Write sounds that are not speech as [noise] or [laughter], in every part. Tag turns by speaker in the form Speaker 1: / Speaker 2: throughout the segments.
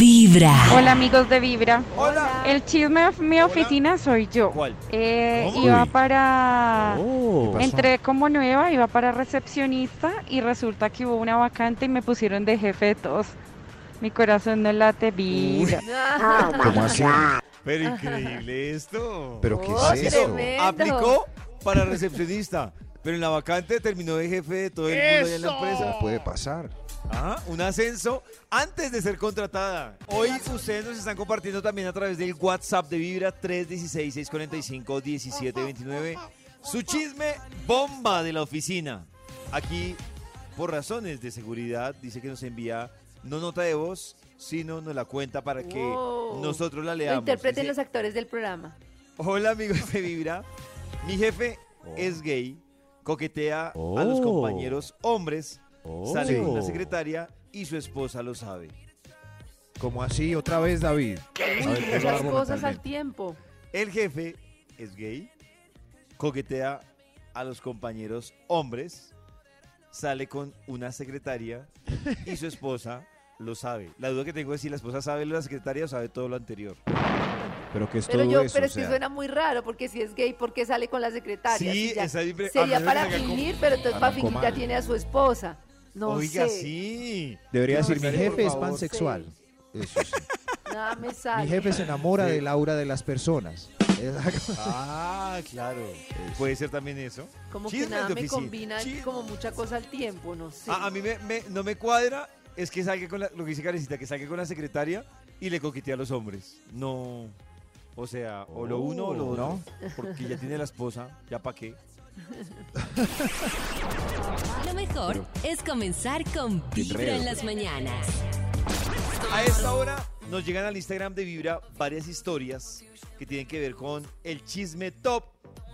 Speaker 1: Vibra.
Speaker 2: Hola amigos de Vibra.
Speaker 3: Hola.
Speaker 2: El chisme de mi oficina soy yo.
Speaker 3: ¿Cuál?
Speaker 2: Eh,
Speaker 3: Uy.
Speaker 2: iba para...
Speaker 3: Oh.
Speaker 2: Entré como nueva, iba para recepcionista y resulta que hubo una vacante y me pusieron de jefe de todos. Mi corazón no late, vibra.
Speaker 4: ¿Cómo así?
Speaker 3: Pero increíble esto.
Speaker 4: ¿Pero qué
Speaker 5: Oh,
Speaker 4: es eso?
Speaker 5: tremendo.
Speaker 3: Aplicó para recepcionista, pero en la vacante terminó de jefe de todo el mundo allá en la empresa.
Speaker 4: Puede pasar.
Speaker 3: Ajá, Ah, un ascenso antes de ser contratada. Hoy ustedes nos están compartiendo también a través del WhatsApp de Vibra 316-645-1729 su chisme bomba de la oficina. Aquí, por razones de seguridad, dice que nos envía no nota de voz, sino nos la cuenta para que
Speaker 5: Wow.
Speaker 3: nosotros la
Speaker 5: Lo
Speaker 3: leamos.
Speaker 5: interpreten
Speaker 3: Dice,
Speaker 5: los actores del programa.
Speaker 3: Hola amigos de Vibra, mi jefe es gay, coquetea a los
Speaker 6: Oh.
Speaker 3: compañeros hombres,
Speaker 7: Oh.
Speaker 3: sale
Speaker 4: Sí.
Speaker 3: con la secretaria y su esposa lo sabe.
Speaker 4: ¿Cómo así? Otra vez, David. A ver, ¿qué va a
Speaker 5: Muchas cosas
Speaker 4: remontar
Speaker 5: al tiempo.
Speaker 3: El jefe es gay, coquetea a los compañeros hombres, sale con una secretaria y su esposa lo sabe. La duda que tengo es si la esposa sabe lo de la secretaria o sabe todo lo anterior.
Speaker 4: Pero que es
Speaker 5: Pero
Speaker 4: todo
Speaker 5: yo,
Speaker 4: eso. o
Speaker 5: pero es que
Speaker 4: sea,
Speaker 5: suena muy raro, porque si es gay, ¿por qué sale con la secretaria?
Speaker 3: Sí,
Speaker 5: Si ya-
Speaker 3: esa es mi pre- a
Speaker 5: Sería
Speaker 3: menos
Speaker 5: para
Speaker 3: que salga con-
Speaker 5: fingir, pero entonces
Speaker 4: Ah,
Speaker 5: para
Speaker 4: no,
Speaker 5: fingir ya
Speaker 4: comadre.
Speaker 5: tiene a su esposa. No
Speaker 3: Oiga,
Speaker 5: sé.
Speaker 3: sí.
Speaker 7: Debería
Speaker 3: No
Speaker 7: decir, mi
Speaker 3: sé,
Speaker 7: jefe
Speaker 3: por
Speaker 7: es
Speaker 3: favor.
Speaker 7: pansexual.
Speaker 4: eso
Speaker 5: [laughs]
Speaker 4: sí.
Speaker 5: Nada me sale.
Speaker 7: Mi jefe se enamora
Speaker 3: Sí.
Speaker 7: del aura de las personas.
Speaker 3: Ah, claro. Puede ser también eso.
Speaker 5: Como que
Speaker 3: Chismes
Speaker 5: nada
Speaker 3: de
Speaker 5: me
Speaker 3: oficina.
Speaker 5: combina
Speaker 3: Chismes. Ah,
Speaker 5: como mucha cosa al tiempo, no sé.
Speaker 3: A, a mí me- me- no me cuadra es que salga con la, lo que dice Karencita, que salga con la secretaria y le coquetea a los hombres. No. O sea, o lo uno o lo
Speaker 7: Oh.
Speaker 3: otro. Porque ya tiene la esposa, ya pa' qué.
Speaker 1: Lo mejor es comenzar con Vibra en las mañanas.
Speaker 3: A esta hora nos llegan al Instagram de Vibra varias historias que tienen que ver con el chisme top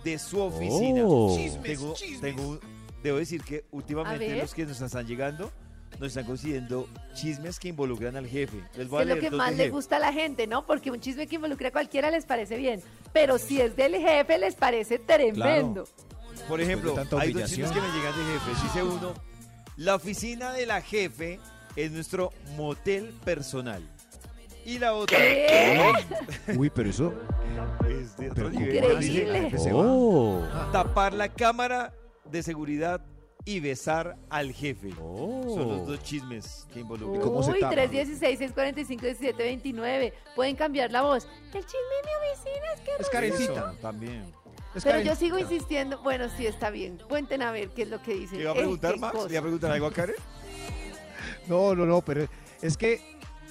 Speaker 3: de su oficina.
Speaker 6: Oh.
Speaker 3: tengo, tengo un- debo decir que últimamente
Speaker 5: ver.
Speaker 3: los que nos están llegando nos están consiguiendo chismes que involucran al jefe. Les voy
Speaker 5: Que
Speaker 3: a
Speaker 5: es lo
Speaker 3: leer
Speaker 5: que
Speaker 3: dos
Speaker 5: más
Speaker 3: de
Speaker 5: le
Speaker 3: jefe.
Speaker 5: gusta a la gente, ¿no? Porque un chisme que involucra a cualquiera les parece bien. Pero si es del jefe, les parece tremendo.
Speaker 3: Por ejemplo,
Speaker 7: de tanta
Speaker 3: hay dos chismes
Speaker 7: humillación.
Speaker 3: que me llegan de jefe. Dice uno, la oficina de la jefe es nuestro motel personal. Y la otra
Speaker 5: ¿Qué?
Speaker 7: [laughs] Uy, pero eso.
Speaker 3: es de otro
Speaker 7: Pero ¿cómo
Speaker 3: nivel.
Speaker 5: Increíble.
Speaker 7: así?
Speaker 3: Dice,
Speaker 7: La gente se va.
Speaker 6: Oh.
Speaker 3: tapar la cámara de seguridad y besar al jefe.
Speaker 7: Oh.
Speaker 3: Son los dos chismes que involucran.
Speaker 7: cómo se
Speaker 5: Uy,
Speaker 7: tapa?
Speaker 5: 316, 645, 1729. Pueden cambiar la voz. El chisme de mi oficina es que...
Speaker 7: Es
Speaker 3: Eso,
Speaker 7: carecita.
Speaker 3: también.
Speaker 7: Es
Speaker 5: Pero yo
Speaker 7: carecita.
Speaker 5: sigo insistiendo. Bueno, sí, está bien. Cuenten a ver qué es lo que dicen.
Speaker 3: ¿Le iba a
Speaker 5: Eh,
Speaker 3: preguntar,
Speaker 5: qué
Speaker 3: Max?
Speaker 5: cosa.
Speaker 3: ¿Le iba a preguntar algo a Karen?
Speaker 7: No, no, no, pero es que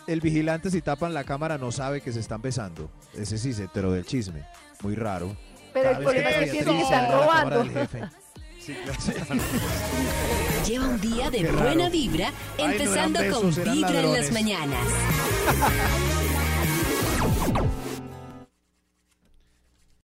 Speaker 7: el vigilante si tapan la cámara no sabe que se están besando. Ese sí se enteró del chisme. Muy raro.
Speaker 5: Pero el
Speaker 7: Cada vez
Speaker 5: problema es que
Speaker 7: Beatriz
Speaker 5: piensan que
Speaker 7: se
Speaker 5: están
Speaker 7: mira la cámara
Speaker 5: robando.
Speaker 7: del jefe.
Speaker 3: Sí,
Speaker 7: [laughs]
Speaker 3: claro.
Speaker 1: Lleva un día de
Speaker 7: Qué raro.
Speaker 1: buena vibra,
Speaker 7: no eran
Speaker 1: empezando
Speaker 7: besos,
Speaker 1: con
Speaker 7: eran
Speaker 1: Vibra en las
Speaker 7: ladrones.
Speaker 1: mañanas.